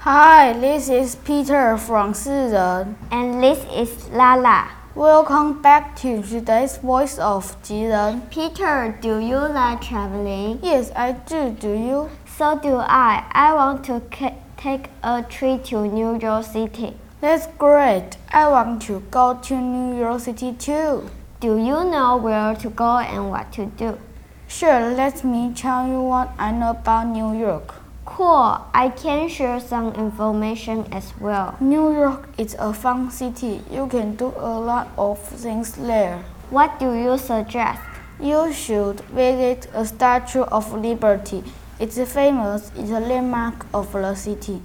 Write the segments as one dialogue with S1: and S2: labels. S1: Hi, this is Peter from Siren.
S2: And this is Lala.
S1: Welcome back to today's Voice of Jiren.
S2: Peter, do you like traveling?
S1: Yes, I do. Do you?
S2: So do I. I want to ca- take a trip to New York City.
S1: That's great. I want to go to New York City too.
S2: Do you know where to go and what to do?
S1: Sure, let me tell you what I know about New York.
S2: Cool. I can share some information as well.
S1: New York is a fun city. You can do a lot of things there.
S2: What do you suggest?
S1: You should visit a Statue of Liberty. It's famous. It's a landmark of the city.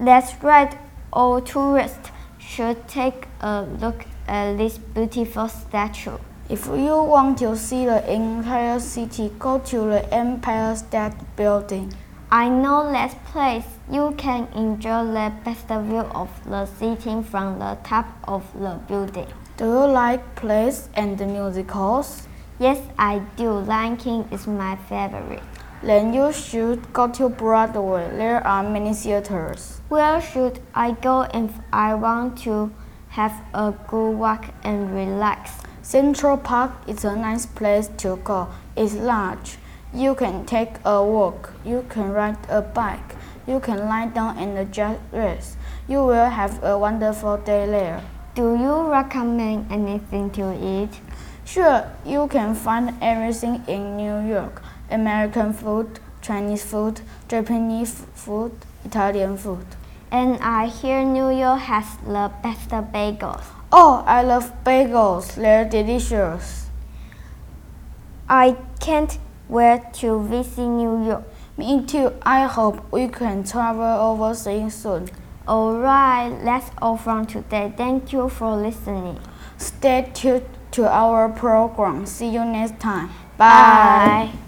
S2: That's right. All tourists should take a look at this beautiful statue.
S1: If you want to see the entire city, go to the Empire State Building.
S2: I know that place. You can enjoy the best view of the city from the top of the building.
S1: Do you like plays and musicals?
S2: Yes, I do. Lion King is my favorite.
S1: Then you should go to Broadway. There are many theaters.
S2: Where should I go if I want to have a good walk and relax?
S1: Central Park is a nice place to go. It's large. You can take a walk. You can ride a bike. You can lie down and just rest. You will have a wonderful day there.
S2: Do you recommend anything to eat?
S1: Sure, you can find everything in New York American food, Chinese food, Japanese food, Italian food.
S2: And I hear New York has the best bagels.
S1: Oh, I love bagels, they're delicious.
S2: I can't wait to visit New York.
S1: Me too, I hope we can travel overseas soon.
S2: Alright, that's all from today. Thank you for listening.
S1: Stay tuned to our program. See you next time. Bye.
S2: Bye.